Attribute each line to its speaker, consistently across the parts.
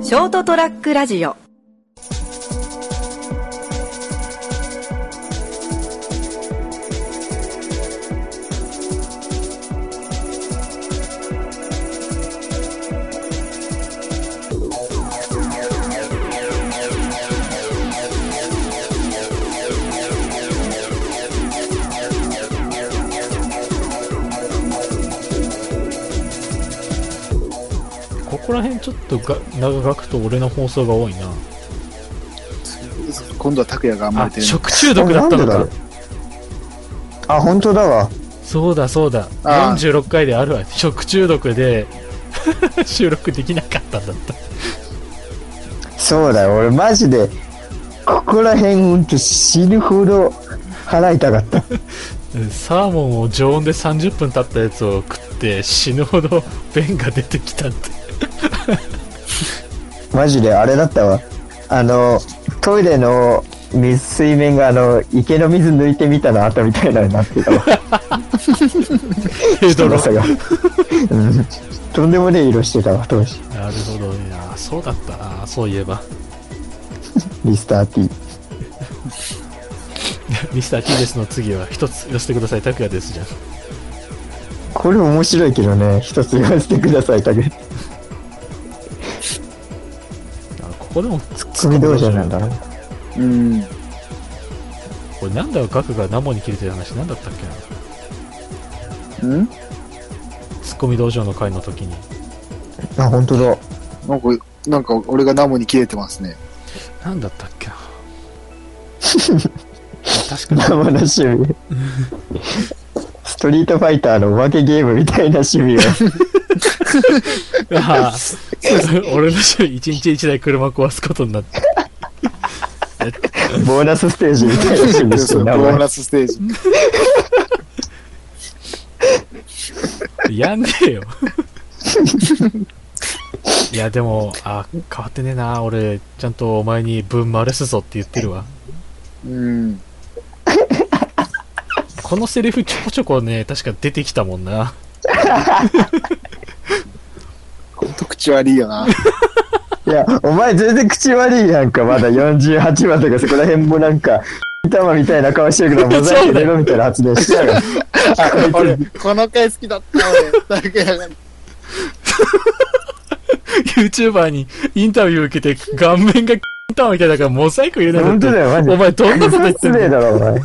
Speaker 1: ショートトラックラジオ
Speaker 2: ここら辺ちょっとが長くと俺の放送が多いな
Speaker 3: 今度は拓也が甘
Speaker 2: あ
Speaker 3: えてる
Speaker 2: 食中毒だったの
Speaker 4: あなん
Speaker 2: か
Speaker 4: であ、本当だわ。
Speaker 2: そうだそうだ
Speaker 3: あー
Speaker 2: 46回であるわ食中毒で 収録できなかったんだった
Speaker 4: そうだよ。俺マジで、ここら辺ほんと死ぬほど腹痛かった。
Speaker 2: うんサーモンを常温で30分経ったやつを食って死ぬほど便が出てきた って
Speaker 4: マジであれだったわ。あの、トイレの水水面があの、池の水抜いてみたのあったみたいなのになってたわ。
Speaker 2: ヘド
Speaker 4: 人
Speaker 2: ロ
Speaker 4: の差が。うんとんでもねえ色してたわ、当時。
Speaker 2: なるほどねあそうだったなそういえば
Speaker 4: ミスター T。
Speaker 2: ミスター T ですの次は一つ寄せてください拓也ですじゃん
Speaker 4: これ面白いけどね。一つ言わせてください、タグ。
Speaker 2: あここでもツッ
Speaker 4: ツッコミ道場なんだな。
Speaker 3: うん
Speaker 2: これなんだよガクがナモに切れてる話なんだったっけな
Speaker 3: うん
Speaker 2: ツッコミ道場の会の時に
Speaker 4: あ、本当だ。
Speaker 3: なんかなんか俺がナモに切れてますね
Speaker 2: なんだったっけな確かに
Speaker 4: 生の趣味。ストリートファイターのおまけゲームみたいな趣味を。
Speaker 2: ああ俺の週一日一台車壊すことになって
Speaker 4: ボーナスステージみたいな趣味して
Speaker 3: そう
Speaker 4: る
Speaker 3: ボ
Speaker 4: なお
Speaker 3: ー
Speaker 4: 前
Speaker 3: ナスステージ
Speaker 2: やんねえ よいやでもあ変わってねえな俺ちゃんとお前に分丸すぞって言ってるわ
Speaker 3: うん
Speaker 2: このセリフちょこちょこね確か出てきたもんな
Speaker 3: ほんと口悪いよな
Speaker 4: いや、お前全然口悪いやんか。まだ48話とかそこら辺もなんか、玉みたいな顔してるけど、モザイク入れろみたいな発言してやがる。
Speaker 3: 俺この回好きだった俺拓也が
Speaker 2: YouTuber にインタビュー受けて顔面がターンみたいだからモザイク入れなかっ
Speaker 4: 本当だ
Speaker 2: て
Speaker 4: よ、マジ
Speaker 2: お
Speaker 4: で。
Speaker 2: 前どんなこと言って
Speaker 4: 失
Speaker 2: ん
Speaker 4: 礼
Speaker 2: の
Speaker 4: だろ、お前。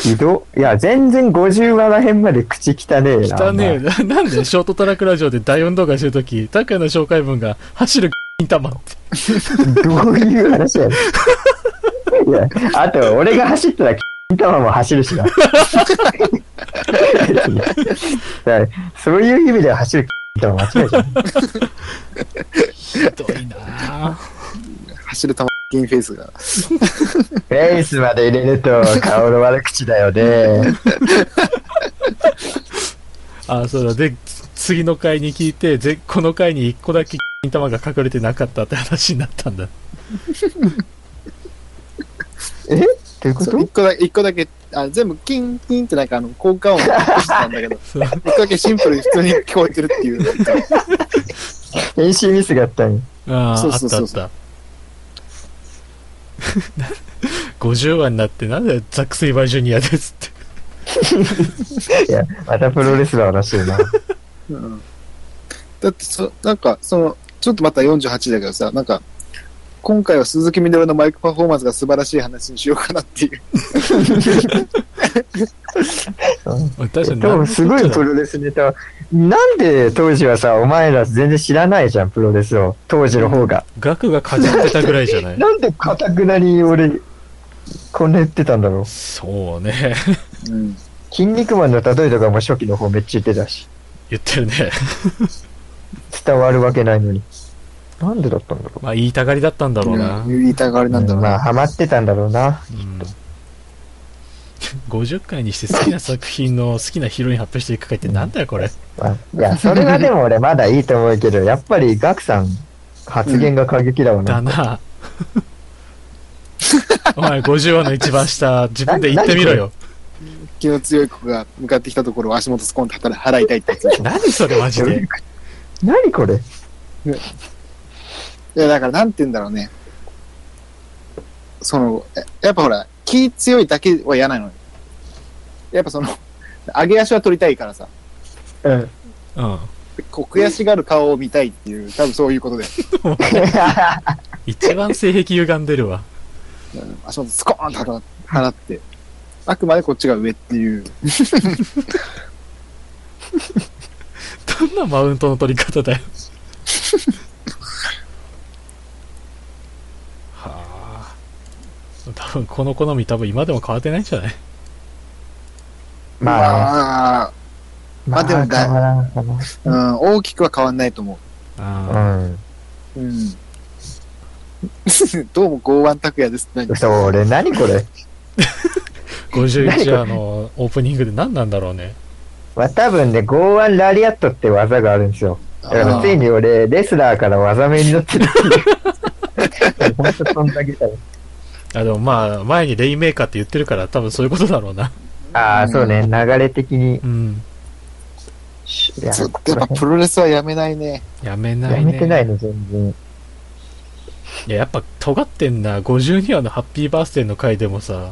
Speaker 4: ひどいや、全然50話ら辺まで口汚ねえな。
Speaker 2: 汚ねえななんでショートトラックラジオで第4動画してるとき拓也の紹介文が「走る 玉」って
Speaker 4: どういう話やねんいや、あと、俺が走ったら、金玉も走るしな。 だからそういう意味では走る金玉間違いじゃん。
Speaker 2: ひどいなあ
Speaker 3: 走る球銀フェイスが
Speaker 4: フェイスまで入れると、顔の悪口だよね。
Speaker 2: あそうだでつ次の回に聞いてぜこの回に1個だけ 玉が隠れてなかったって話になったんだ
Speaker 4: えどういうこ
Speaker 3: そ
Speaker 4: と
Speaker 3: う一個だけ一個だけあ全部キンキンってなんかあの効果音がしてたんだけど
Speaker 2: そう
Speaker 3: 一個だけシンプルに普通に聞こえてるっていうなんか
Speaker 4: 編集ミスがあったんよ
Speaker 2: ああ
Speaker 3: そうそうそうそう
Speaker 2: あったあった 50話になってなんでザックスイバージュニアですって
Speaker 4: いや、またプロレスラーらしいな。
Speaker 3: うんだってそ、なんか、その、ちょっとまた48だけどさ、なんか、今回は鈴木みのるのマイクパフォーマンスが素晴らしい話にしようかなっていう。
Speaker 4: うん
Speaker 2: 俺確かに
Speaker 4: でもすごいプロレスネタはなんで当時はさ、お前ら全然知らないじゃん、プロレスを。当時の方が。
Speaker 2: 額がかじってたぐらいじゃな い
Speaker 4: なんでかたくなに俺、こんな言ってたんだろう。
Speaker 2: そうね
Speaker 3: うん。
Speaker 4: 筋肉マンの例えとかも初期の方めっちゃ言ってたし。
Speaker 2: 言ってるね
Speaker 4: 伝わるわけないのに。なんでだったんだろ
Speaker 2: まあ言いたがりだったんだろうな、
Speaker 3: 言いたがり
Speaker 4: う。
Speaker 3: なんだろう
Speaker 4: まあ、
Speaker 3: な。
Speaker 4: ハマってたんだろうな。
Speaker 2: うん、50回にして好きな作品の好きなヒロイン発表していく回ってなんだよこれ
Speaker 4: まあいや、それはでも俺まだいいと思うけど、 やっぱりガクさん、発言が過激だわな。
Speaker 2: だな お前50話の一番下自分で言ってみろよ
Speaker 3: 気の強い子が向かってきたところを足元スコンって払いたいってやつ。
Speaker 2: 何それマジで
Speaker 4: 何これ
Speaker 3: いや、だからなんて言うんだろうね。その、えやっぱほら、気強いだけは嫌なのよ。やっぱその、上げ足は取りたいからさ、
Speaker 4: うん。
Speaker 2: うん。
Speaker 3: こう悔しがる顔を見たいっていう、多分そういうことで、
Speaker 2: 一番性癖歪んでるわ。
Speaker 3: 足元スコーンと放って、あくまでこっちが上っていう。
Speaker 2: どんなマウントの取り方 だよ。はあ。多分この好み多分今でも変わってないんじゃない
Speaker 4: まあ、
Speaker 3: あ、まあでもだ
Speaker 4: 変わらんかな
Speaker 3: うん、大きくは変わんないと思
Speaker 2: あ
Speaker 4: う
Speaker 3: う。う
Speaker 4: ん。
Speaker 3: ん。 どうも剛腕拓也ですって何
Speaker 4: それ、何これ
Speaker 2: あ。51話のオープニングで何なんだろうね。
Speaker 4: まあ多分ね、剛腕ラリアットって技があるんですよ。だからついに俺、レスラーから技名になってるって いう。ほんとそんだけだよ
Speaker 2: あ、でもまあ、前にレインメーカーって言ってるから多分そういうことだろうな。
Speaker 4: ああ、そうね、流れ的に。
Speaker 2: うん。
Speaker 4: いや
Speaker 3: そう
Speaker 4: ここ
Speaker 3: やっぱ
Speaker 4: ら辺
Speaker 3: プロレスはやめないね。
Speaker 2: やめないね。
Speaker 4: やめてないの、全然。
Speaker 2: いや、やっぱ尖ってんな。52話のハッピーバースデーの回でもさ、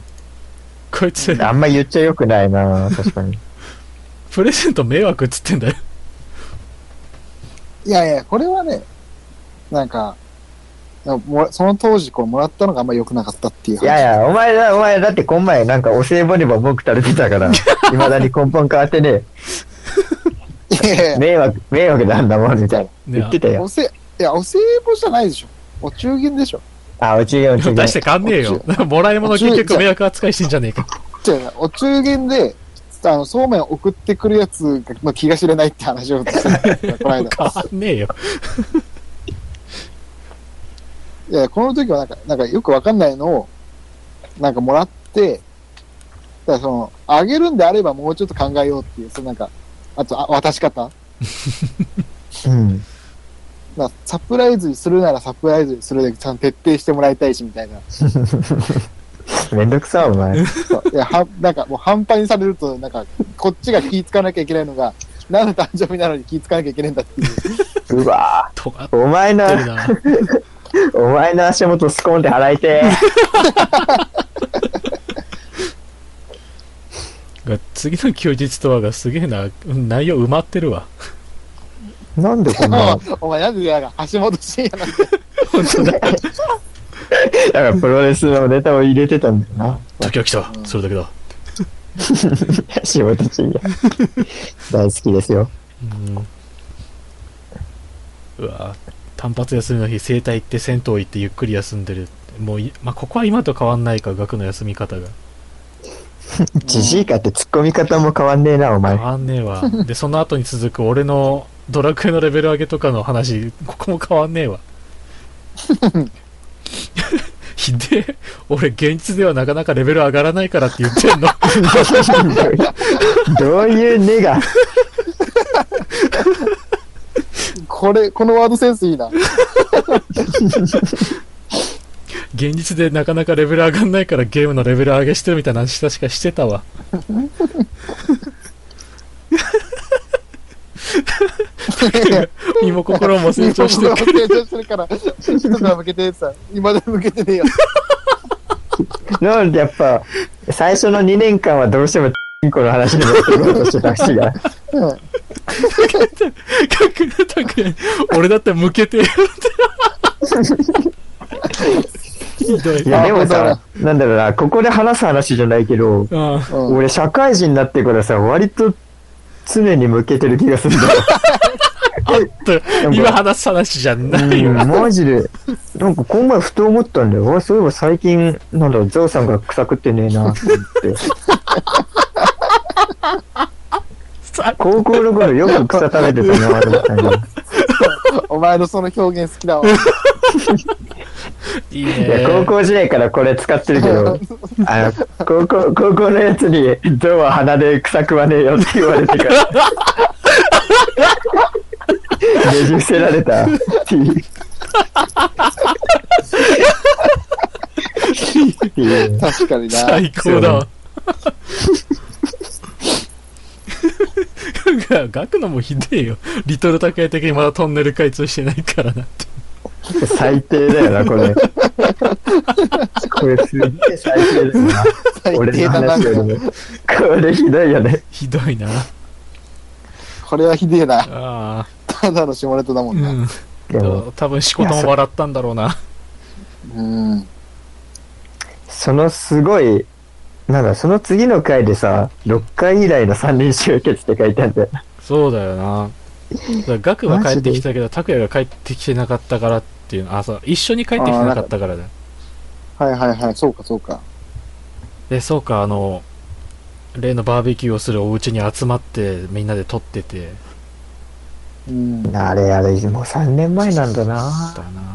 Speaker 2: こいつ、
Speaker 4: あんま言っちゃよくないな、確かに。
Speaker 2: プレゼント迷惑っつってんだよ。
Speaker 3: いやいや、これはね、なんか、もらその当時こうもらったのがあんま良くなかったっていう話。
Speaker 4: いやいや、お前だ、お前だってこん前なんかお歳暮にも文句垂れてたから、未だに根本変わってね
Speaker 3: いやい
Speaker 4: え、
Speaker 3: や
Speaker 4: 迷惑、迷惑なんだもん、みたいな。
Speaker 2: ね
Speaker 4: 言ってたよ
Speaker 3: お。せ、いや、お歳暮じゃないでしょ。お中元でしょ。
Speaker 4: あ、お中元、お中
Speaker 2: 出して
Speaker 4: 元。
Speaker 2: かんねえよ。もらい物結局迷惑扱いしてんじゃねえか。
Speaker 3: 違う違うお中元で、あの、そうめん送ってくるやつの気が知れないって話をしてた、この間。
Speaker 2: 変わんねえよ。
Speaker 3: いや、この時はなんか、なんかよくわかんないのを、なんかもらって、だからその、あげるんであればもうちょっと考えようっていう、そのなんか、あと、あ渡し方
Speaker 4: うん。
Speaker 3: まあ、サプライズにするならサプライズにするで、ちゃんと徹底してもらいたいし、みたいな。
Speaker 4: めんどくさ、お前。
Speaker 3: そういや、は、なん かもう半端にされると、なんか、こっちが気ぃつかなきゃいけないのが、何の誕生日なのに気ぃつかなきゃいけないんだっていう。
Speaker 4: うわ
Speaker 2: 尖っ
Speaker 4: ぁ、お前の、
Speaker 2: てるな。
Speaker 4: お前の足元スコーンって払いて
Speaker 2: が次の休日とはがすげえな。うん内容埋まってるわ。
Speaker 4: ー。なんでこんな。だか
Speaker 3: おお前なんで、なんか橋本真也なんて、
Speaker 2: 本当だ。
Speaker 4: らプロレスのネタを入れてたんだよな。
Speaker 2: 時は来た。それだけだ。
Speaker 4: 仕事中に。大好きですよ。
Speaker 2: うん。うわ単発休みの日、整体行って銭湯行ってゆっくり休んでる。もうい、まあ、ここは今と変わんないか、学の休み方が。
Speaker 4: じじいかって突っ込み方も変わんねえな、お前
Speaker 2: 変。わんねえわ。で、その後に続く俺のドラクエのレベル上げとかの話、ここも変わんね えわ。ひでえ。俺、現実ではなかなかレベル上がらないからって言ってんの。
Speaker 4: どういう根が。
Speaker 3: これ、このワードセンスいいな。
Speaker 2: 現実でなかなかレベル上がんないからゲームのレベル上げしてるみたいな話確かしてたわ。身も心も成長してる。
Speaker 3: る。成長してるから、人から向けてさ、今で向けてねえよ。
Speaker 4: なんでやっぱ、最初の2年間はどうしても、チンコの話に持ってこうとしてたしが。
Speaker 2: 角田拓也俺だって向けてる って。ひどい
Speaker 4: い。や、でも
Speaker 3: あ
Speaker 4: さ、なんだろうな、ここで話す話じゃないけど、
Speaker 2: うん。
Speaker 3: うん。
Speaker 4: 俺、社会人になってからさ、割と常に向けてる気がするんだよ。
Speaker 2: と今話す話じゃないよ。
Speaker 4: うん、マジで。なんか、この前ふと思ったんだよ。あそういえば最近、なんだろう、ゾウさんが臭くってねえな、って思って。
Speaker 2: さ
Speaker 4: 高校の頃よく草食べてたな、と思ったんだよ。
Speaker 3: お前のその表現好きだわ。
Speaker 2: いい
Speaker 4: いや
Speaker 2: ね。
Speaker 4: 高校時代からこれ使ってるけど、あの、高校、高校のやつに、ゾウは鼻で臭くはねえよって言われてから。ねじ伏せられたっていう。っていう
Speaker 3: 確かにな。
Speaker 2: 最高だわ。クが、ガクのもひでえよ。リトルタクヤ的にまだトンネル開通してないからなって。
Speaker 4: 最低だよな、これ。これすげえ最低だよな。
Speaker 3: 最
Speaker 4: 俺
Speaker 3: 低
Speaker 4: の
Speaker 3: だな
Speaker 4: 話よりも。これひどいよね。
Speaker 2: ひどいな。
Speaker 3: これはひでえな。
Speaker 2: ああ。
Speaker 3: ただの下ネタだも
Speaker 2: うん
Speaker 3: な。
Speaker 2: ん。
Speaker 4: でも、
Speaker 2: 多分仕事も笑ったんだろうな。
Speaker 3: うん。
Speaker 4: そのすごい、なんだ、その次の回でさ、6回以来の3人集結って書いてあるんだよ。
Speaker 2: そうだよな。だからガクは帰ってきたけど、タクヤが帰ってきてなかったからっていうの、あ、そう、一緒に帰ってきてなかったからだよ。
Speaker 3: はいはいはい。そうかそうか。
Speaker 2: で、そうか、あの、例のバーベキューをするお家に集まって、みんなで撮ってて、
Speaker 3: うん。
Speaker 4: あれあれ、もう3年前なんだな。
Speaker 2: だな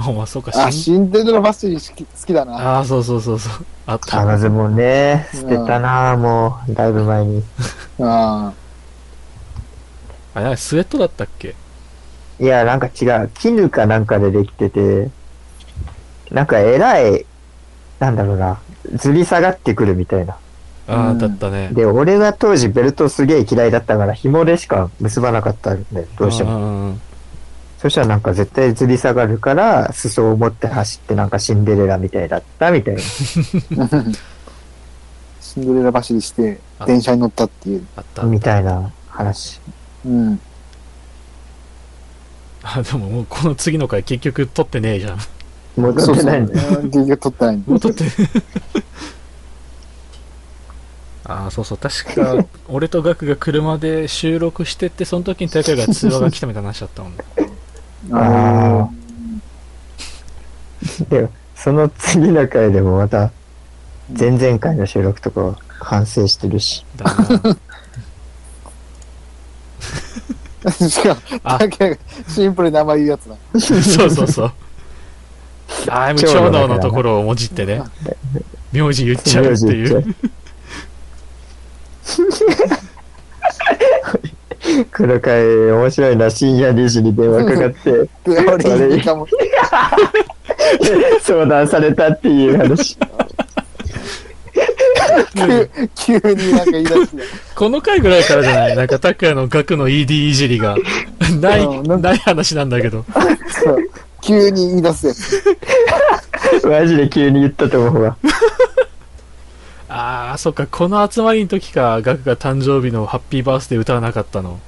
Speaker 2: ぁ。お前、そうか、
Speaker 3: あ、
Speaker 2: 死ん
Speaker 3: シンデレラファッシリー好き好きだな。
Speaker 2: ああ、そうそうそうそう。あった。
Speaker 4: 彼女もね、捨てたな、もう、だいぶ前に。
Speaker 3: あ
Speaker 2: あれ、なんかスウェットだったっけ
Speaker 4: いや、なんか違う。絹かなんかでできてて、なんか偉い、なんだろうな、ずり下がってくるみたいな。
Speaker 2: ああ、
Speaker 3: うん
Speaker 2: だったね。
Speaker 4: で、俺は当時ベルトすげえ嫌いだったから、紐でしか結ばなかったんだよ、どうしても。
Speaker 2: も。
Speaker 4: そしたらなんか絶対ずり下がるから、裾を持って走ってなんかシンデレラみたいだったみたいな。
Speaker 3: あ。シンデレラ走りして
Speaker 2: あ、
Speaker 3: 電車に乗ったっていう。
Speaker 2: あった。
Speaker 4: みたいな話。
Speaker 3: うん。
Speaker 2: あ、 でももうこの次の回結局撮ってねえじゃん。
Speaker 4: 戻ってないんだよ。
Speaker 3: そうそう。結局撮ってないんだ
Speaker 2: もう撮って。ああ、そうそう。確か、俺とガクが車で収録してって、その時にタクヤが通話が来たみたいな話だったもんね。
Speaker 4: あーでも、その次の回でもまた、前々回の収録とか反省してるし。
Speaker 2: だな
Speaker 3: あ。 しかも、
Speaker 2: あ
Speaker 3: だけシンプルに名前言うやつだ。
Speaker 2: そうそうそう。ああ、長男のところをもじってね。名字言っちゃうっていう。
Speaker 4: この回面白いな深夜2時に電話か かって
Speaker 3: で、俺にかも。
Speaker 4: 相談されたっていう話
Speaker 3: 急急になんか言い出して。
Speaker 2: この回ぐらいからじゃないなん か、拓也の額の ED いじり が、ない、
Speaker 3: うんなんか
Speaker 2: ない話なんだけど。
Speaker 3: そう急に言い出すやつ。
Speaker 4: マジで急に言ったと思うわ
Speaker 2: ああ、そっか、この集まりの時か、額が誕生日のハッピーバースデー歌わなかったの。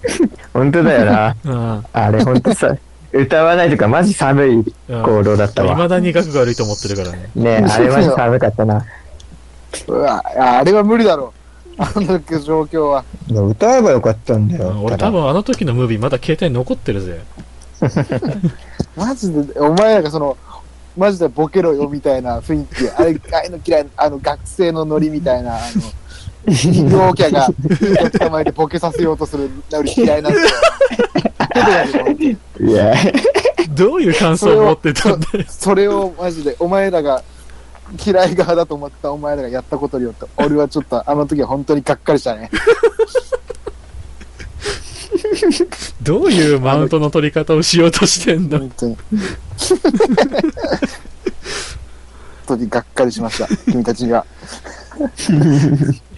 Speaker 4: 本当だよな
Speaker 2: うん。
Speaker 4: あれ本当さ歌わないとかマジ寒い
Speaker 2: うん
Speaker 4: 行動だったわ
Speaker 2: 未だに額が悪いと思ってるからね。
Speaker 4: ねえあれマジ寒かったな
Speaker 3: うわ、ああれは無理だろう。あの状況は。
Speaker 4: でも歌えばよかったんだ
Speaker 2: うん俺多分あの時のムービーまだ携帯に残ってるぜ。
Speaker 3: マジで、お前らがその、マジでボケろよみたいな雰囲気、あれ、ああいうの嫌い、あの、学生のノリみたいな、あの、陽キャが、捕まえてボケさせようとするノリ嫌いなん だよ。
Speaker 4: いや
Speaker 2: どういう感
Speaker 3: そ
Speaker 2: 想
Speaker 3: れ
Speaker 2: を持
Speaker 3: を
Speaker 2: ってたんだよ。
Speaker 3: それをマジで、お前らが、嫌い側だと思ってたお前らがやったことによって、俺はちょっとあの時は本当にがっかりし たね。
Speaker 2: どういうマウントの取り方をしようとしてんだ。
Speaker 3: 本当に。本当にがっかりしました、君たちには。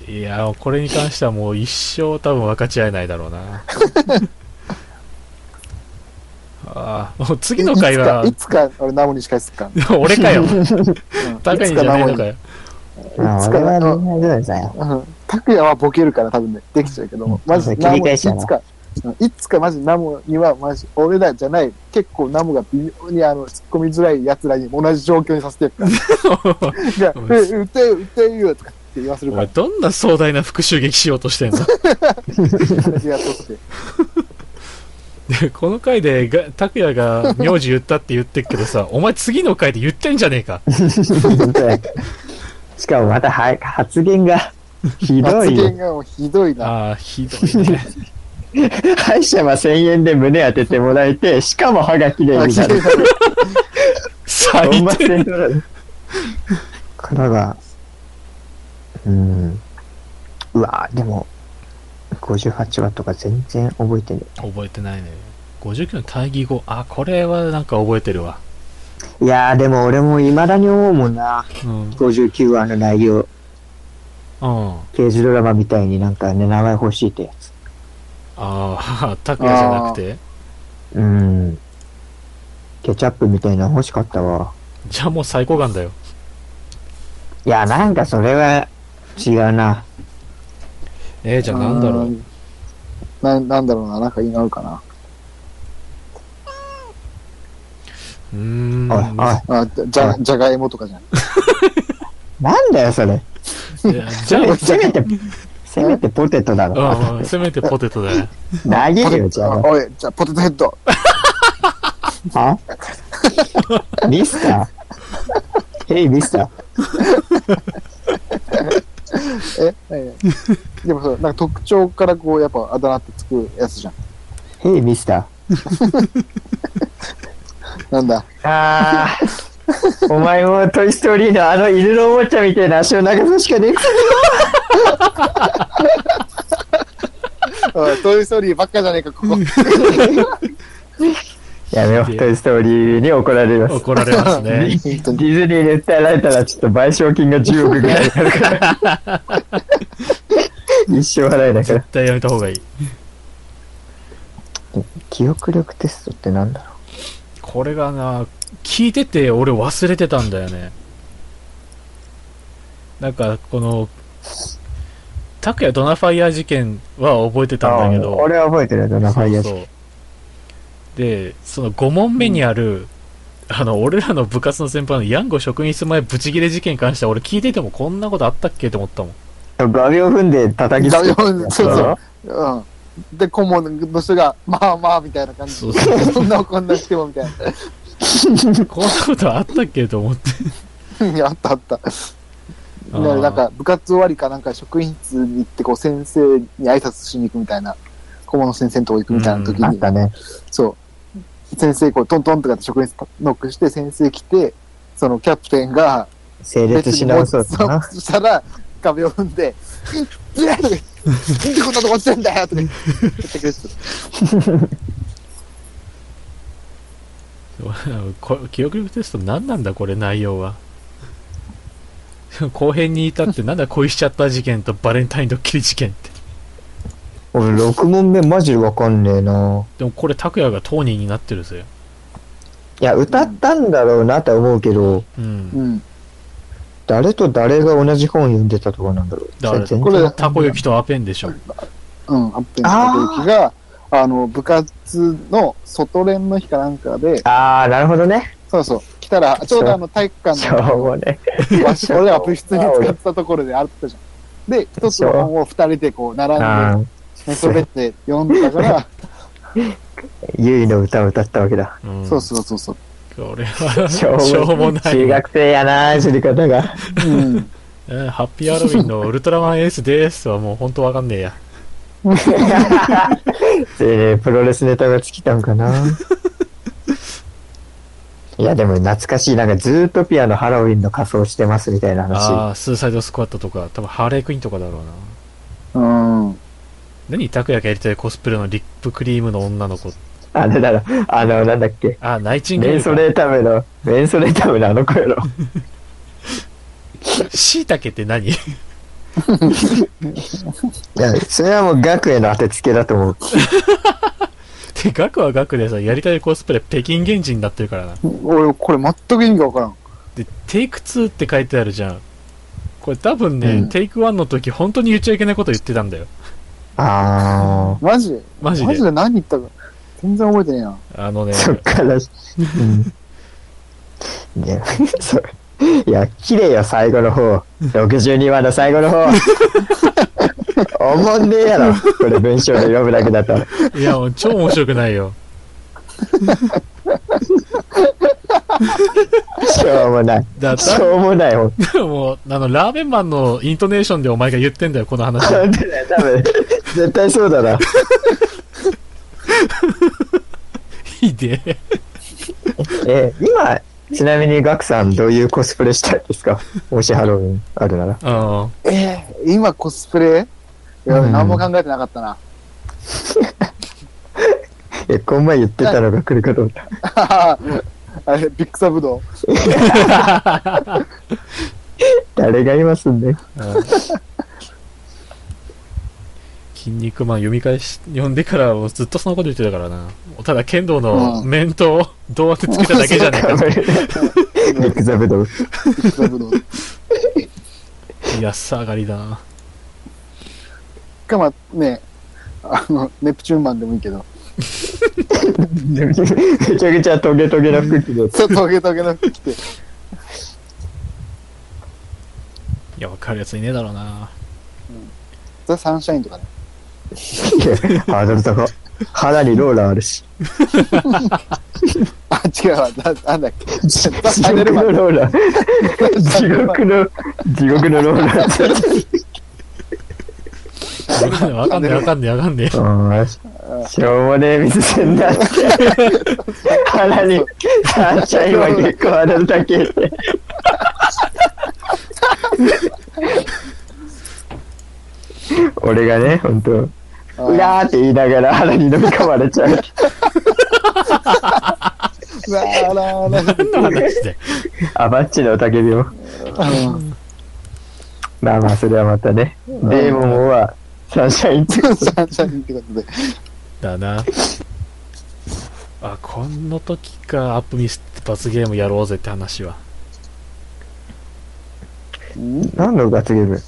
Speaker 2: いやー、これに関してはもう一生多分分かち合えないだろう な。ああ、もう次の回は、
Speaker 3: いつか、いつか俺ナモに仕返すから。
Speaker 2: 俺かよ。
Speaker 3: うん
Speaker 2: 高いんじゃないのかよ。
Speaker 4: まあ俺は恋愛じゃないさよ
Speaker 3: うん拓也はボケるから多分ね、できちゃうけども、マジで
Speaker 4: 切り返し
Speaker 3: ナモ
Speaker 4: やない
Speaker 3: つか、うんいつかマジナモには、マジ、俺らじゃない、結構ナモが微妙にあの、突っ込みづらい奴らに同じ状況にさせてるから。 じゃあ、
Speaker 2: うん
Speaker 3: え歌えよ、歌えよとかって言わせる
Speaker 2: お
Speaker 3: か
Speaker 2: 前、
Speaker 3: ら、
Speaker 2: どんな壮大な復讐劇しようとしてんの
Speaker 3: 話やっとって。
Speaker 2: でこの回でが、拓也が名字言ったって言ってっけどさ、 お前次の回で言ってんじゃねえか。
Speaker 4: 本当だよ しかもまたは発言がひど
Speaker 3: 発
Speaker 4: いよ
Speaker 3: 言がもうひどいな。
Speaker 2: ああ、ひどいね。
Speaker 4: 歯医者は1000円で胸当ててもらえて、しかも歯が綺麗になる。
Speaker 2: 最
Speaker 4: ほんま
Speaker 2: 低。
Speaker 4: 戦闘だからが、うん。うわでも、58話とか全然覚えてね
Speaker 2: 覚えてないね。59の大義語。あ、これはなんか覚えてるわ。
Speaker 4: え。いやーでも俺も未だに思うもんな。
Speaker 2: うん。
Speaker 4: 59話の内
Speaker 2: う
Speaker 4: 容。
Speaker 2: ん。あ
Speaker 4: 刑事ドラマみたいになんかね、名前欲しいってやつ。
Speaker 2: あ、拓也じゃなくて
Speaker 4: うん。ケチャップみたいなの欲しかったわ。
Speaker 2: じゃあもう最高眼だよ。
Speaker 4: いや、なんかそれは違うな。
Speaker 2: えー、じゃあなんだろう。
Speaker 3: ななんだろうな、なんかいいのあるかな。
Speaker 2: うーん。
Speaker 4: おい、おい。
Speaker 3: あじゃじゃじゃがいもとかじゃん。
Speaker 4: なんだよ、それ。
Speaker 2: いやじゃあ、
Speaker 4: せめて、せめてポテトだろ。
Speaker 2: うんうん、せめてポテトだよ。
Speaker 4: 投げ
Speaker 3: ポテ
Speaker 4: るよ、じゃ
Speaker 3: あおい、じゃあポテトヘッド。
Speaker 4: あ。はミスターヘイ、ミスター。
Speaker 3: え何 何でもそう、なんか特徴からこう、やっぱあだ名ってつくやつじゃん。
Speaker 4: ヘイ、ミスタ
Speaker 3: なんだ。
Speaker 5: あーお前もトイ・ストーリーのあの犬のおもちゃみたいな足を長さしかねえくせ
Speaker 3: おいトイストーリーばっかじゃねえか、ここ。
Speaker 4: ー。やめよう、トイストーリーに怒られます。
Speaker 2: 怒られますね。
Speaker 3: 本当
Speaker 4: デ
Speaker 3: に
Speaker 4: ィズニーで訴えられたらちょっと賠償金が10億ぐらいになるから。一生払えないから
Speaker 2: 絶。対やめた方がいい。
Speaker 4: 記憶力テストってなんだろ
Speaker 2: これがな、聞いてて俺忘れてたんだよね。なんか、この、拓也ドナファイヤー事件は覚えて
Speaker 4: う
Speaker 2: たんだけ
Speaker 4: あ
Speaker 2: ど。
Speaker 4: ー俺は覚えてるやつな、ファイヤーズ
Speaker 2: そうそうで、その5問目にある、あの、俺らの部活の先輩のヤンゴ職員室前ブチギレ事件に関しては俺聞いててもこんなことあったっけと思ったもん。
Speaker 4: 画面を踏んで叩きつけ
Speaker 3: 画面を踏んでそう
Speaker 4: そ
Speaker 3: そううん。で、顧問の人が、まあまあ、みたいな感じ
Speaker 2: そうそ
Speaker 3: で、そんなこんなしても、みたい
Speaker 2: こんなことあったっけと思って。
Speaker 3: な。いやあったあった。
Speaker 2: あー
Speaker 3: ねなんか、部活終わりかなんか職員室に行って、こう、先生に挨拶しに行くみたいな、顧問の先生のとこ行くみたいな時
Speaker 4: あっ
Speaker 3: に、
Speaker 4: たね。
Speaker 3: そう。先生、こう、トントンとかって職員室ノックして、先生来て、そのキャプテンが、
Speaker 4: 整列し直そうだな。
Speaker 3: そしたら、壁を踏んで、うっ、うっとか言って、なんでこんなとこ落ちてんだよとか言ってくれてた。
Speaker 2: こ記憶力テスト何なんだこれ内容は 後編に至ってなんだ恋しちゃった事件とバレンタインドッキリ事件って
Speaker 4: 俺、6問目マジでわかんねえな。
Speaker 2: でもこれ拓也が当人になってるぜ
Speaker 4: いや、歌ったんだろうなって思うけど、
Speaker 2: うん
Speaker 3: うん。
Speaker 4: 誰と誰が同じ本読んでたとかなんだろう。
Speaker 2: 誰
Speaker 4: 全然
Speaker 3: これ
Speaker 2: たこ焼きとアペンでしょ
Speaker 3: うん。ハッペンの時が、あの、部活の外練の日かなんかで、
Speaker 4: あー、なるほどね。
Speaker 3: そうそう、来たら、ちょうどあの、体育
Speaker 4: し
Speaker 3: 館
Speaker 4: ょ
Speaker 3: の
Speaker 4: うもね。
Speaker 3: 和室、俺ら部室に使ったところであったじゃん。で、一つの本を二人でこう、並
Speaker 4: あ
Speaker 3: んで、
Speaker 4: ー
Speaker 3: 寝そべって読んでたから、
Speaker 4: ゆいの歌を歌ったわけだ。
Speaker 2: うん
Speaker 3: そうそうそうそう。
Speaker 2: これは
Speaker 4: し
Speaker 2: し
Speaker 4: ょう
Speaker 2: ょ
Speaker 4: も
Speaker 2: うもない
Speaker 4: 中学生やな、知り方が。
Speaker 3: うん。
Speaker 2: うんハッピーハロウィンのウルトラマンエースですはもう本当わかんねえや
Speaker 4: えー、プロレスネタが尽きたんか な。いや、でも懐かしい。なんか、ズートピアのハロウィンの仮装してますみたいな話。
Speaker 2: ああスーサイドスクワットとか多分ハーレークイーンとかだろうな
Speaker 3: うん。
Speaker 2: 何拓也がやりたいコスプレのリップクリームの女の子
Speaker 4: あれだろ。あの、なんだっけ。
Speaker 2: あナイチンゲー
Speaker 4: メ
Speaker 2: ル
Speaker 4: ン
Speaker 2: か
Speaker 4: ソレータメの、メンソレータメのあの子やろ。
Speaker 2: しいたけって何
Speaker 4: いや、それはもう学への当てつけだと思う。
Speaker 2: で、額は額でさ、やりたいコスプレ、北京現地になってるからな。
Speaker 3: 俺、これ全く意味がわからん。
Speaker 2: で、テイク2って書いてあるじゃん。これ多分ね、
Speaker 4: うん
Speaker 2: テイク1の時、本当に言っちゃいけないこと言ってたんだよ。
Speaker 4: あ
Speaker 3: マジで
Speaker 2: マジ
Speaker 3: マ
Speaker 2: で
Speaker 3: ジ。で何言ったか。全然覚えてねえな。
Speaker 2: あのね
Speaker 4: ー、、そっから、うん。ね、そう。いや、綺麗よ、最後の方。62話の最後の方。おもんねえやろ。これ文章で読むだけだと。
Speaker 2: いや、もう超面白くないよ。
Speaker 4: しょうもない。
Speaker 2: だ だ
Speaker 4: しょうもない、ほんと
Speaker 2: もう、あの、ラーメンマンのイントネーションでお前が言ってんだよ、この話。
Speaker 4: だよ。多分、絶対そうだな。
Speaker 2: ひでえ。
Speaker 4: えー、今、ちなみにガクさん、どういうコスプレしたいですかもしハロウィンあるなら。
Speaker 2: うん。
Speaker 3: えー、今コスプレいや、
Speaker 4: うん
Speaker 3: 何も考えてなかったな。
Speaker 4: え、こん前言ってたのが来るかと思った。
Speaker 3: あれ、ビッグサブド
Speaker 4: 誰がいますんで。
Speaker 2: うん筋肉マン読み返し、読んでからもうずっとそのこと言ってたからな。ただ剣道の
Speaker 3: うん
Speaker 2: 面と胴当てつけただけじゃねえか。
Speaker 4: 肉座ぶどう。
Speaker 3: 肉座ぶどう
Speaker 2: 安上がりだな。
Speaker 3: かまあねあのネプチューンマンでもいいけど
Speaker 4: めちゃくちゃトゲトゲな服着て。
Speaker 3: ちょっとトゲトゲの服着て
Speaker 2: いや、わかるやついねえだろうな。
Speaker 3: ザ・サンシャインとかね
Speaker 4: ハードル高っ。肌にローラーあるし。
Speaker 3: あ違うわななんだっけ
Speaker 4: 地獄のローラー。地獄の、地獄のローラー。
Speaker 2: わかんねえ、わかんねえ、わかんねえ、わかんねえ。
Speaker 4: あーしょうもねえ水せんだって。肌に、サンシャインは結構ハードル高えって。俺がね、ほんと。
Speaker 3: あ
Speaker 4: うらーって言いながら腹に飲み込まれちゃう。
Speaker 3: うわーらーら
Speaker 2: 何
Speaker 3: ー
Speaker 2: の話で。
Speaker 4: あバッチの雄たけびを。
Speaker 3: うん
Speaker 4: まあまあ、それはまたね。デーモンはサンシャインってこと
Speaker 3: サンシャインってことで
Speaker 2: だな。あ、この時か、アップミスって罰ゲームやろうぜって話は。
Speaker 4: 何の罰ゲーム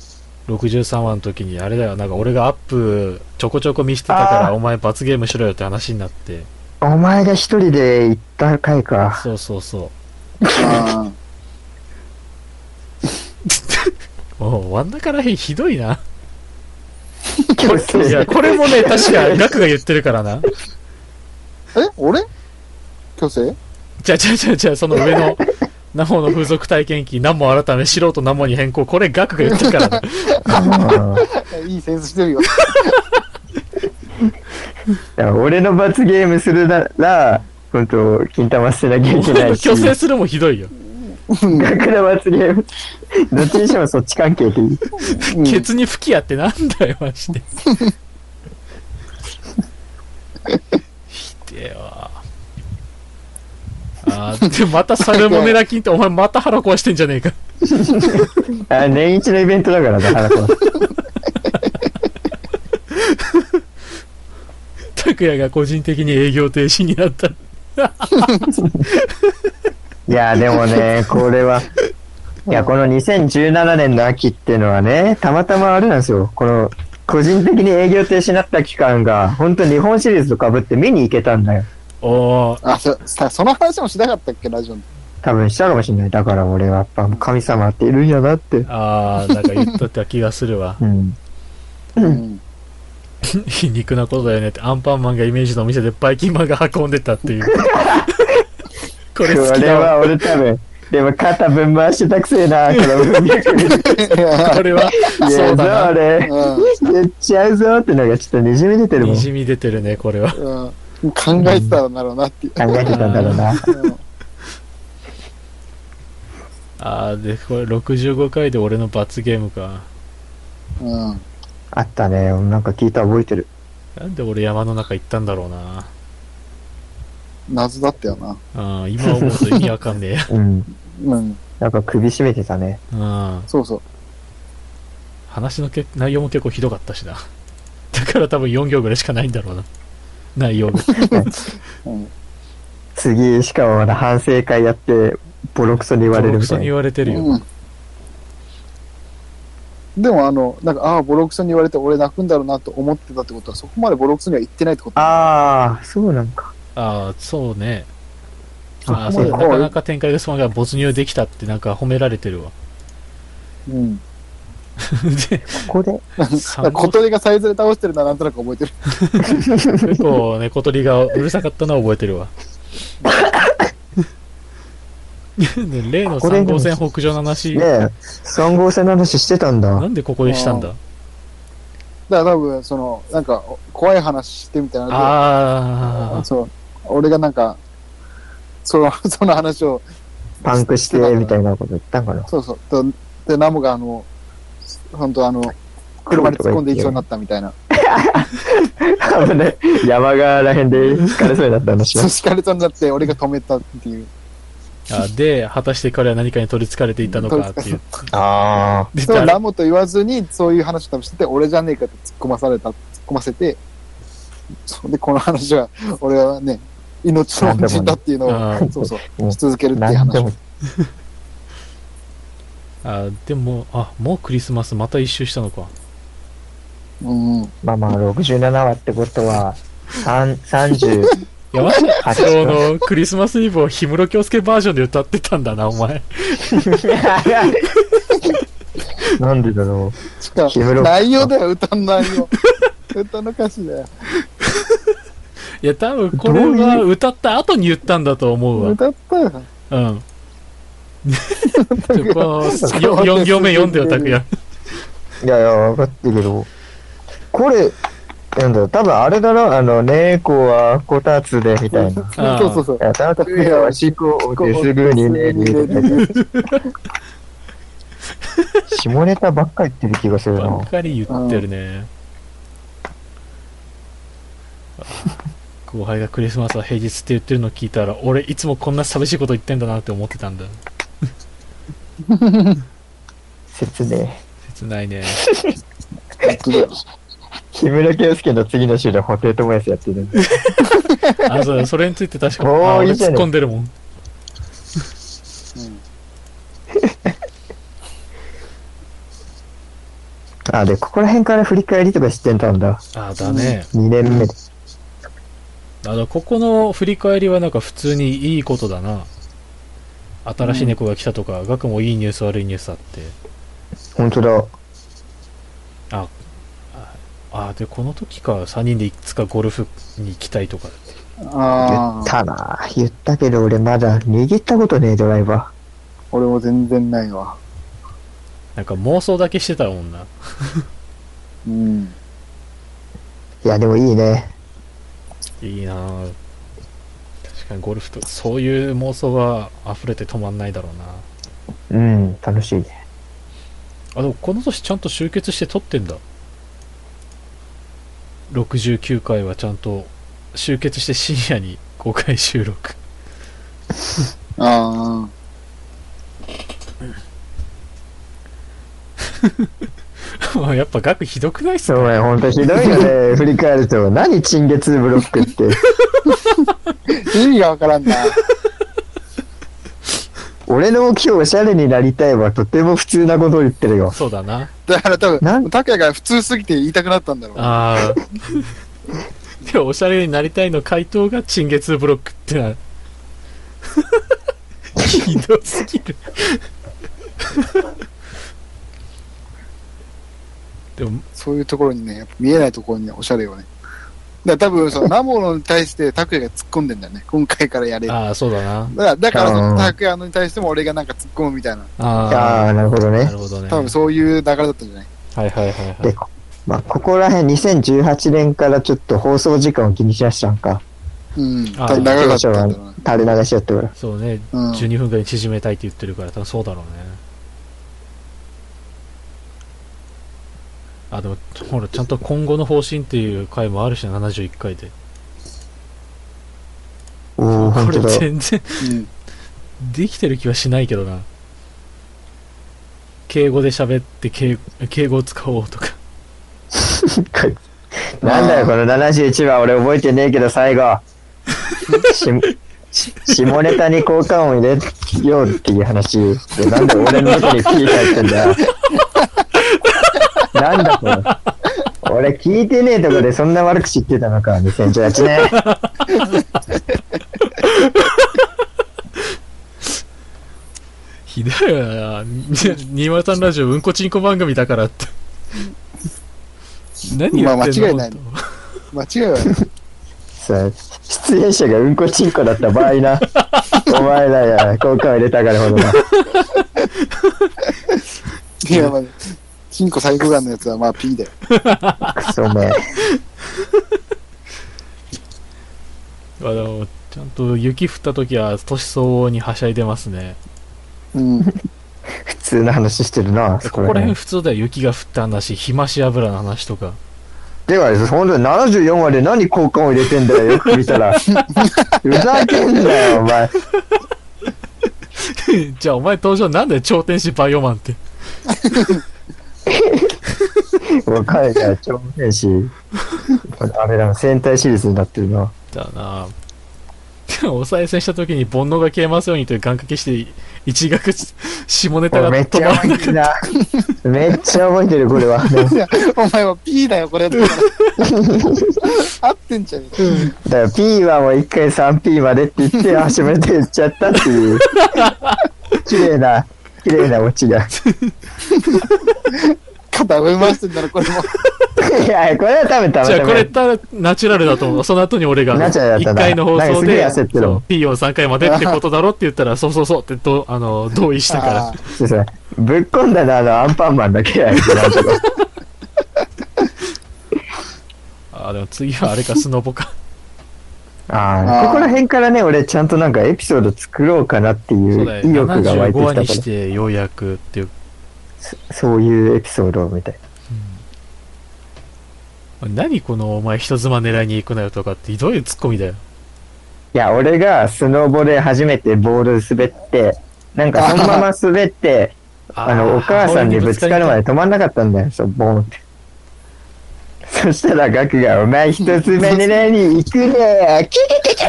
Speaker 2: 63話の時に、あれだよ、なんか俺がアップちょこちょこ見してたか
Speaker 4: あ
Speaker 2: ら、
Speaker 4: ー
Speaker 2: お前罰ゲームしろよって話になって。
Speaker 4: お前が一人で行った回か。
Speaker 2: そうそうそ
Speaker 3: あ
Speaker 2: う。もう終わんだからひどいな。
Speaker 4: 強制
Speaker 2: いや、これも ね、確か、ガクが言ってるからな。
Speaker 3: ーえ俺虚勢
Speaker 2: じゃあじゃあじゃあじゃあその上の、ナモの風俗体験記、ナモ改め、素人ナモに変更、これガクが言ってるからな。
Speaker 4: あー
Speaker 3: えいいセンスしてるよ
Speaker 4: いや俺の罰ゲームするなら、本当金玉捨てなきゃいけないし。
Speaker 2: 虚勢するもひどいよ。
Speaker 4: 学の罰ゲーム。どっちにしてもそっち関係でいい。
Speaker 3: うん
Speaker 2: ケツに吹きやってなんだよ、マジで。ひでえわ。あーで、またサルモネラ菌って、お前また腹壊してんじゃねえか。
Speaker 4: あ年一のイベントだからな、花子は。
Speaker 2: 拓也が個人的に営業停止になった。
Speaker 4: いや、で もね、これは。いや、この2017年の秋っていうのはね、たまたまあれなんですよ。この、個人的に営業停止になった期間が、本当に日本シリーズと被って見に行けたんだよ。
Speaker 2: おー、
Speaker 3: あそさその話もしなかったっけラジオで
Speaker 4: 多分したかもしれない。だから俺はやっぱ神様っているんやなって。
Speaker 2: あー、なんか言っとった気がするわ。
Speaker 4: うん。
Speaker 3: うん
Speaker 2: 皮肉なことだよねってアンパンマンがイメージのお店でバイキンマンが運んでたって いうこ
Speaker 4: こ
Speaker 2: れ
Speaker 4: れ
Speaker 2: 好きだわ
Speaker 4: は俺多分、でも肩ぶん回してたくせえな、この文脈見て。
Speaker 2: これは そ
Speaker 4: そうう
Speaker 2: だ
Speaker 4: だ
Speaker 2: な
Speaker 4: ね。やっちゃうぞってのがちょっとにじみ出てるもん。
Speaker 2: に
Speaker 4: 考
Speaker 2: じみ出てるねこれは
Speaker 3: うん考えてたんだろうなっていう
Speaker 4: えてたんだろうな。
Speaker 3: うん
Speaker 2: あーでこれ65回で俺の罰ゲームか
Speaker 3: うん
Speaker 4: あったね。なんか聞いた覚えてる。
Speaker 2: なんで俺山の中行ったんだろうな
Speaker 3: 謎だったよな
Speaker 2: あー今思うと意味わかんねえ や
Speaker 4: うん。
Speaker 3: うん
Speaker 4: なんか首絞めてたね。
Speaker 2: うん
Speaker 3: そうそう
Speaker 2: 話のけ内容も結構ひどかったしなだから多分4行ぐらいしかないんだろうな内容が
Speaker 4: 次、しかもまだ反省会やって、ボロクソに言われる
Speaker 2: ク
Speaker 4: み
Speaker 2: ソ
Speaker 4: た
Speaker 2: に
Speaker 4: い
Speaker 2: 言
Speaker 4: な。
Speaker 2: われてるよ、
Speaker 3: うん、でもあのなんかああボロクソに言われて俺泣くんだろうなと思ってたってことはそこまでボロクソには言ってないってこと
Speaker 4: ああ、そうなんか。
Speaker 2: ああ、そうね。ああ、
Speaker 4: あ
Speaker 2: そうだ
Speaker 3: こ
Speaker 2: な
Speaker 3: う
Speaker 2: かなか展開がそのが没入できたってなんか褒められてるわ。
Speaker 3: うん
Speaker 2: で、
Speaker 4: ここで。
Speaker 2: 三
Speaker 3: 小
Speaker 2: 国
Speaker 3: 鳥がさえずれ倒してるのはなんとなく覚えてる
Speaker 2: 結構ね、小鳥がうるさかったのは覚えてるわ。で例の
Speaker 4: ここで
Speaker 2: 3号線北上の話、
Speaker 4: ねえ、3号線の話してたん
Speaker 2: な
Speaker 4: だ。
Speaker 2: んでここでしたんだ
Speaker 3: だから多分そのなんか怖い話してみたいな
Speaker 2: ああ、
Speaker 3: そう俺がなんかそのその話を
Speaker 4: パンクして、みたいなこと言ったんかな。
Speaker 3: そうそうとでナムがあの本当あの車に突っ込んでいきそうになったみたいな
Speaker 4: 危ない。山側らへんで疲れそうになった話
Speaker 3: そう
Speaker 4: は。
Speaker 3: 叱れそうになって俺が止めたっていう
Speaker 2: あで、果たして彼は何かに取り憑かれていたのかっていう。
Speaker 4: ああ。
Speaker 2: で
Speaker 3: それを
Speaker 2: 誰
Speaker 3: ラモと言わずに、そういう話を多分してて、俺じゃねえかって突っ込まされた、突っ込ませて、それでこの話は、俺はね、命の恩人だっていうの
Speaker 2: なんでも
Speaker 3: を、
Speaker 2: ね
Speaker 3: そうそうう、
Speaker 4: ん
Speaker 3: し続けるっていう
Speaker 4: なんで
Speaker 3: 話。
Speaker 4: も、
Speaker 2: あでも、あ、もうクリスマスまた一周したのか。
Speaker 3: うん。
Speaker 4: まあまあ、67話ってことは、三30、
Speaker 2: 山下達郎のクリスマスイブを氷室京介バージョンで歌ってたんだな、お前。
Speaker 4: なんでだろ
Speaker 3: しか
Speaker 4: 氷室
Speaker 3: も、内容だよ、歌の内容。 歌の歌詞だよ。
Speaker 2: いや、多分これは歌った後に言ったんだと思うわ。
Speaker 3: 歌ったよ。
Speaker 2: うん。ちょこの4行目読んでよ、拓也。
Speaker 4: う。いやいや、わかってるけど、これ、なんだろう、多分あれだろ、あの、猫はこたつで、みたいな。
Speaker 2: あー
Speaker 3: そうそうそう。
Speaker 4: いや、たまたまは思考をですぐにね、 下ネタばっかり言ってる気がする
Speaker 2: ば
Speaker 4: な
Speaker 2: っ。かり言ってる ね。後輩がクリスマスは平日って言ってるのを聞いたら、俺いつもこんな寂しいこと言ってんだなって思ってたんだ。
Speaker 4: 説明。
Speaker 2: 切ないね。
Speaker 4: 木村圭介の次の週で布袋寅泰やってるんで。
Speaker 2: あ、そうだ、それについて確か
Speaker 4: おー
Speaker 2: あ俺
Speaker 4: いいじゃ
Speaker 2: 突っ
Speaker 4: ない
Speaker 2: 込んでるもん。
Speaker 4: あ、で、ここら辺から振り返りとかしてたんだ。
Speaker 2: あ、だね。
Speaker 4: 2年目で。
Speaker 2: あの、ここの振り返りはなんか普通にいいことだな。新しい猫が来たとか、ガクもいいニュース悪いニュースあって。
Speaker 4: ほんとだ。
Speaker 2: あ、で、この時か、3人でいつかゴルフに行きたいとか。
Speaker 3: あ
Speaker 4: 言っ
Speaker 3: あ、
Speaker 4: たな言ったけど俺まだ握ったことねえドライバ
Speaker 3: 俺も全然ないわ。
Speaker 2: なんか妄想だけしてたもんな。
Speaker 3: うん。
Speaker 4: ー。いや、でもいいね。
Speaker 2: いいなぁ確かにゴルフとそういう妄想が溢れて止まんないだろうな
Speaker 4: うん、楽しいね。
Speaker 2: あでもこの年ちゃんと集結して撮ってんだ69回はちゃんと集結して深夜に公開収録
Speaker 3: あ
Speaker 2: もうやっぱ額ひどくないっす
Speaker 4: そうね、ほんとひどいよ ね。振り返ると。何陳月ブロックって。
Speaker 3: あ、意味がわか らんな。
Speaker 4: 俺の今日おしゃれになりたいはとても普通なことを言ってるよ。
Speaker 2: そうだな
Speaker 3: だから多
Speaker 4: なん
Speaker 3: 分、拓也が普通すぎて言いたくなったんだろう。
Speaker 2: あー でもおしゃれになりたいの回答がチンゲツブロックってなひどすぎるでも
Speaker 3: そういうところにね、やっぱ見えないところにねおしゃれをね。だから多分、その、ナモのに対して拓也が突っ込んでんだよね。今回からやれ。だか
Speaker 2: ああそうだな
Speaker 3: ら、だからそ
Speaker 4: うん
Speaker 3: の拓也のに対しても俺がなんか突っ込むみたいな。
Speaker 2: あ
Speaker 4: ああ、なるほど
Speaker 2: あな
Speaker 4: ね。
Speaker 2: るほどね
Speaker 3: 多分そういう流れだったんじゃない
Speaker 2: はいはいはいはい
Speaker 4: で、まあ、ここら辺2018年からちょっと放送時間を気にしだしたんか。
Speaker 3: うん。
Speaker 2: あー
Speaker 3: 多分長かったんだろうな。
Speaker 4: 垂れ流しやってから。
Speaker 2: そうね
Speaker 3: うん。
Speaker 2: 12分ぐらいに縮めたいって言ってるから多分そうだろうねあでもほらちゃんと今後の方針っていう回もあるしな71回で
Speaker 4: おお、ほ
Speaker 2: こ
Speaker 4: ん
Speaker 2: れ
Speaker 4: とだ。
Speaker 2: 全然
Speaker 3: うん。
Speaker 2: できてる気はしないけどな敬語で喋って敬敬語を使おうとか
Speaker 4: なんだよ、この71話、俺覚えてねえけど、最後。しし下ネタに効果音入れようっていう話。でなんで俺の中に聞いたってんだよ。 なんだこれ。俺聞いてねえとこでそんな悪口言ってたのか、2018年。
Speaker 2: ひどいよなに新村さんラジオうんこちんこ番組だからって何言ってんの、
Speaker 3: まあ間違いないの
Speaker 2: 本
Speaker 3: 間違いは ない。
Speaker 4: そう出演者がうんこちんこだった場合な。お前らや、効果音入れたからほどな。
Speaker 3: いや、まあ、チンコ最高眼のやつはまあ P だよ。
Speaker 4: クソお前。
Speaker 2: 当あでもちゃんと雪降った時は年相応にはしゃいでますね
Speaker 3: うん。
Speaker 4: 普通の話してるな、そ
Speaker 2: こ
Speaker 4: こ
Speaker 2: こら
Speaker 4: ら
Speaker 2: 辺
Speaker 4: 辺。
Speaker 2: 普通だよ雪が降った話日増し油の話とか
Speaker 4: では、ほんと74話で何効果音 入れてんだよ、よく見たら。ふざけんなよ、お前。
Speaker 2: じゃあお前登場なんで超天使バイオマンって。
Speaker 4: わかるじゃん、超天使。あれだな、戦隊シリーズになってるな。
Speaker 2: だな おさえ戦した時に願望が消えますようにという願掛けして、一学 下ネタが
Speaker 4: めっち
Speaker 2: 止
Speaker 4: ゃ
Speaker 2: まら
Speaker 4: 覚
Speaker 2: な
Speaker 4: え
Speaker 2: く
Speaker 4: てるな。めっちゃ覚えてる、これは。
Speaker 3: お前は P だよ、こ れ。合ってんじゃん。
Speaker 4: だから P はもう一回 3P までって言って、初めて言っちゃったっていう。綺麗な、綺麗なオチが。
Speaker 3: 肩上回してんだろ、これも。
Speaker 4: いや、これは多分たま
Speaker 2: じゃ
Speaker 4: た
Speaker 2: あ
Speaker 4: ま
Speaker 2: これたナチュラルだと 思う。その後に俺が
Speaker 4: ナチュラル
Speaker 2: 1
Speaker 4: だったな
Speaker 2: 回の放送
Speaker 4: な
Speaker 2: で
Speaker 4: んかすげえ焦ってる
Speaker 2: そ
Speaker 4: も
Speaker 2: うん P を3回までってことだろって言ったら、 そうそうそうってどあの同意したから
Speaker 3: あ。ー
Speaker 4: そうそうぶっこんだのはあのアンパンマンだけやけど
Speaker 2: ああ、でも次はあれか、スノボか。
Speaker 4: あ
Speaker 3: あー
Speaker 4: あ、ここら辺からね、俺ちゃんとなんかエピソード作ろうかなって い
Speaker 2: そううだよ
Speaker 4: 意欲が湧い
Speaker 2: 75
Speaker 4: て
Speaker 2: 話に
Speaker 4: きた
Speaker 2: し
Speaker 4: か
Speaker 2: てようやくっていう。
Speaker 4: ら、そういうエピソードみたい
Speaker 2: 何このお前人妻狙いに行くなよとかって、どういうツッコミだよ。
Speaker 4: な。いや、俺がスノボで初めてボール滑って、なんかそのまま 滑って、あの、お母さんにぶつかるまで止まんなかったんだよ、そう、ボーンって。そしたらガクが、お前一つ目狙いに行くねキキキキ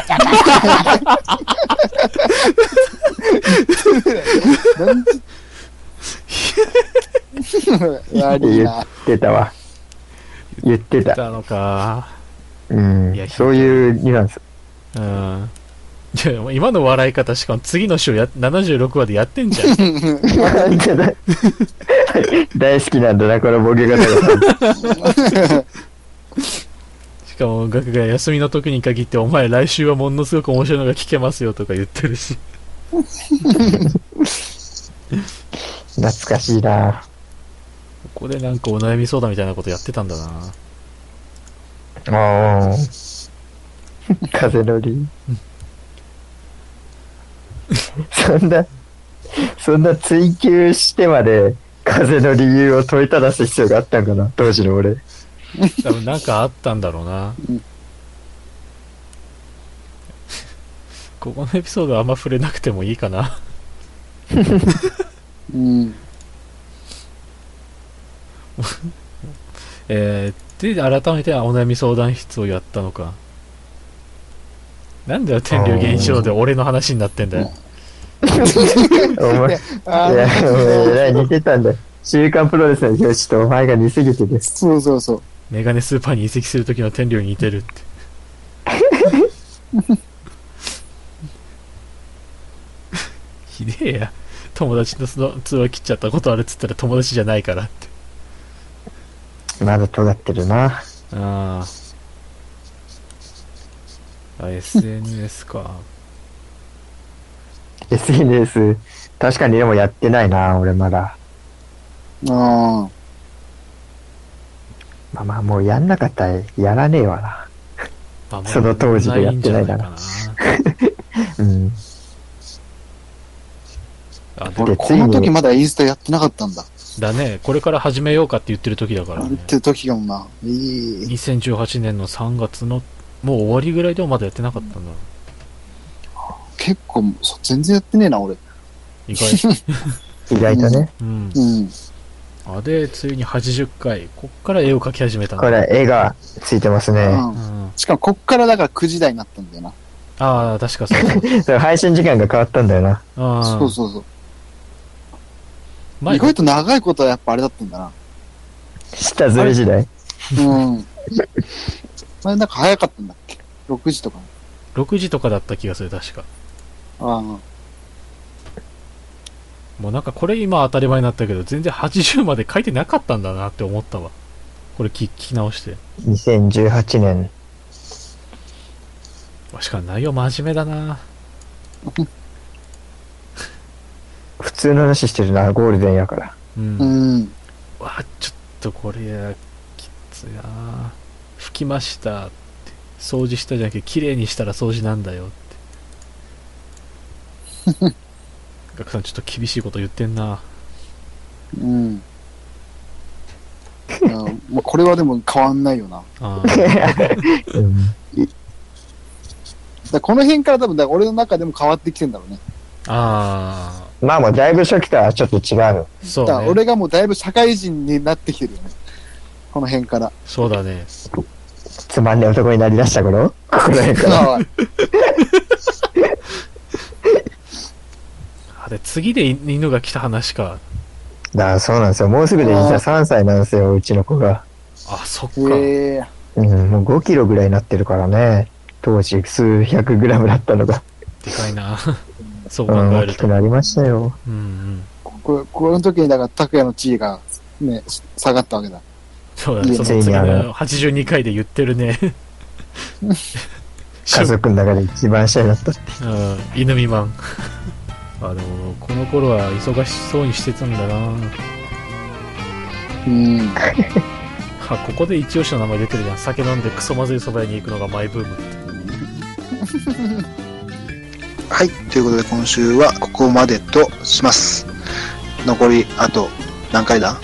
Speaker 3: なんち悪いな。
Speaker 4: ってたわ。言って。
Speaker 2: ったたのか。
Speaker 4: うん
Speaker 2: いや。
Speaker 4: そういうニュアンス。
Speaker 2: うん。じゃあ今の笑い方しかも次の週や76話でやってんじゃん。
Speaker 4: なんかだ 大好きなんだな、このボケ方が。
Speaker 2: しかも、ガクが休みの時に限って、お前来週はものすごく面白いのが聞けますよとか言ってるし。
Speaker 4: 懐かしいな。
Speaker 2: ここでなんかお悩み相談みたいなことやってたんだな。
Speaker 4: ああ。風乗り。そんな、そんな追求してまで、風の理由を問いただす必要があったんかな、当時の俺。
Speaker 2: 多分なんかあったんだろうな。ここのエピソードはあんま触れなくてもいいかな。
Speaker 3: うん。
Speaker 2: えー、で、改めてお悩み相談室をやったのか。なんだよ、天竜現象で俺の話になってんだよ。
Speaker 4: お前、い
Speaker 3: あ
Speaker 4: や、お前、えらい
Speaker 3: ー
Speaker 4: 似てたんだよ。週刊プロレスの表紙とお前が似すぎてです。
Speaker 3: そうそうそう。
Speaker 2: メガネスーパーに移籍するときの天竜に似てるって。 ひでえや。友達とその通話切っちゃったことあるっつったら友達じゃないからって。
Speaker 4: まだ尖ってるな。
Speaker 2: ああ。あ、SNS か。
Speaker 4: SNS。確かにでもやってないな、俺まだ。
Speaker 3: あ
Speaker 4: まあまあ、もうやんなかったらやらねえわな。
Speaker 2: まあまあ
Speaker 4: その当時でやってないから
Speaker 2: んじゃないか
Speaker 4: うん。
Speaker 2: な。あ、で
Speaker 3: あ。
Speaker 2: も
Speaker 3: 俺、この時まだインスタやってなかったんだ。
Speaker 2: だね、これから始めようかって言ってる時だから
Speaker 3: や
Speaker 2: ね
Speaker 3: っ。てる時がもな。いい。
Speaker 2: 2018年の3月の、もう終わりぐらいでもまだやってなかったんだ。
Speaker 3: 結構、そう全然やってねえな、俺。
Speaker 2: 意 外。
Speaker 4: 意外とね。
Speaker 2: うん。
Speaker 3: うん。
Speaker 2: あで、ついに80回。こっから絵を描き始めたん
Speaker 4: こ
Speaker 2: だ。
Speaker 4: れ、絵がついてますね。
Speaker 3: う
Speaker 2: うんん。
Speaker 3: しかも、こっからだから9時台になったんだよな。
Speaker 2: ああ、確かそうそう。
Speaker 4: そう配信時間が変わったんだよな。
Speaker 2: あ
Speaker 3: そう
Speaker 2: あ、
Speaker 3: そうそう。
Speaker 2: 前
Speaker 3: 意外と長いことはやっぱあれだったんだな。
Speaker 4: 下積み時代。
Speaker 3: うん。前なんか早かったんだっけ ?6 時とか。
Speaker 2: 6時とかだった気がする、確か。
Speaker 3: ああ。
Speaker 2: もうなんかこれ今当たり前になったけど、全然80まで書いてなかったんだなって思ったわ。これ聞聞き直して。
Speaker 4: 2018年。
Speaker 2: しかも内容真面目だな。
Speaker 4: 普通の話してるな、ゴールデンやから。
Speaker 2: うん。
Speaker 3: うん。
Speaker 2: わあちょっとこれきついな拭きましたって掃除したじゃなくて綺麗にしたら掃除なんだよって ガクさんちょっと厳しいこと言ってんな
Speaker 3: うん。いやまあ、これはでも変わんないよな。
Speaker 2: あ ー
Speaker 4: うん。
Speaker 3: だからこの辺から多分、だから俺の中でも変わってきてんだろうね。
Speaker 2: あ
Speaker 4: まあもうだいぶ初期とはちょっと違う。
Speaker 2: そう、
Speaker 6: だから
Speaker 2: ね、
Speaker 6: 俺がもうだいぶ社会人になってきてるよね。この辺 から。
Speaker 2: そうだね。
Speaker 4: つまんねえ男になりだした頃これから。
Speaker 6: ああ
Speaker 2: あで次で犬が来た話か。
Speaker 4: だからそうなんですよ。もうすぐで実は3歳なんですよ、うちの子が。
Speaker 2: あ、 そっか。
Speaker 6: へえ。
Speaker 4: うん、もう5キロぐらいになってるからね。当時数百グラムだったのが、
Speaker 2: でかいな。 そう
Speaker 4: う
Speaker 2: 考
Speaker 4: ん、
Speaker 2: え
Speaker 4: 大
Speaker 2: る
Speaker 4: き
Speaker 2: と。
Speaker 4: く
Speaker 2: うん
Speaker 4: なりましたよ。
Speaker 2: うん。
Speaker 6: ここの時に、だから、拓也の地位が、ね、下がったわけだ。
Speaker 2: そうだ
Speaker 6: い
Speaker 2: ね。
Speaker 6: や
Speaker 2: その
Speaker 4: ついに
Speaker 2: 次
Speaker 4: あ
Speaker 2: の
Speaker 4: の
Speaker 2: 82回で言って るね。
Speaker 4: 家族の中で一番下になったって。
Speaker 2: うん、犬未満 あでもこの頃は忙しそうにしてたんだな
Speaker 6: うん。
Speaker 2: あここで一押しの名前出てるじゃん酒飲んでクソまずいそば屋に行くのがマイブームって
Speaker 3: はい、ということで今週はここまでとします。残りあと何回だ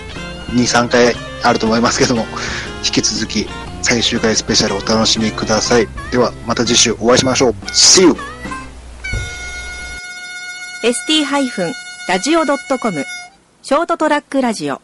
Speaker 3: ?2、3回あると思いますけども、引き続き最終回スペシャルお楽しみください。ではまた次週お会いしましょう。See you!
Speaker 7: ST-radio.com ショートトラックラジオ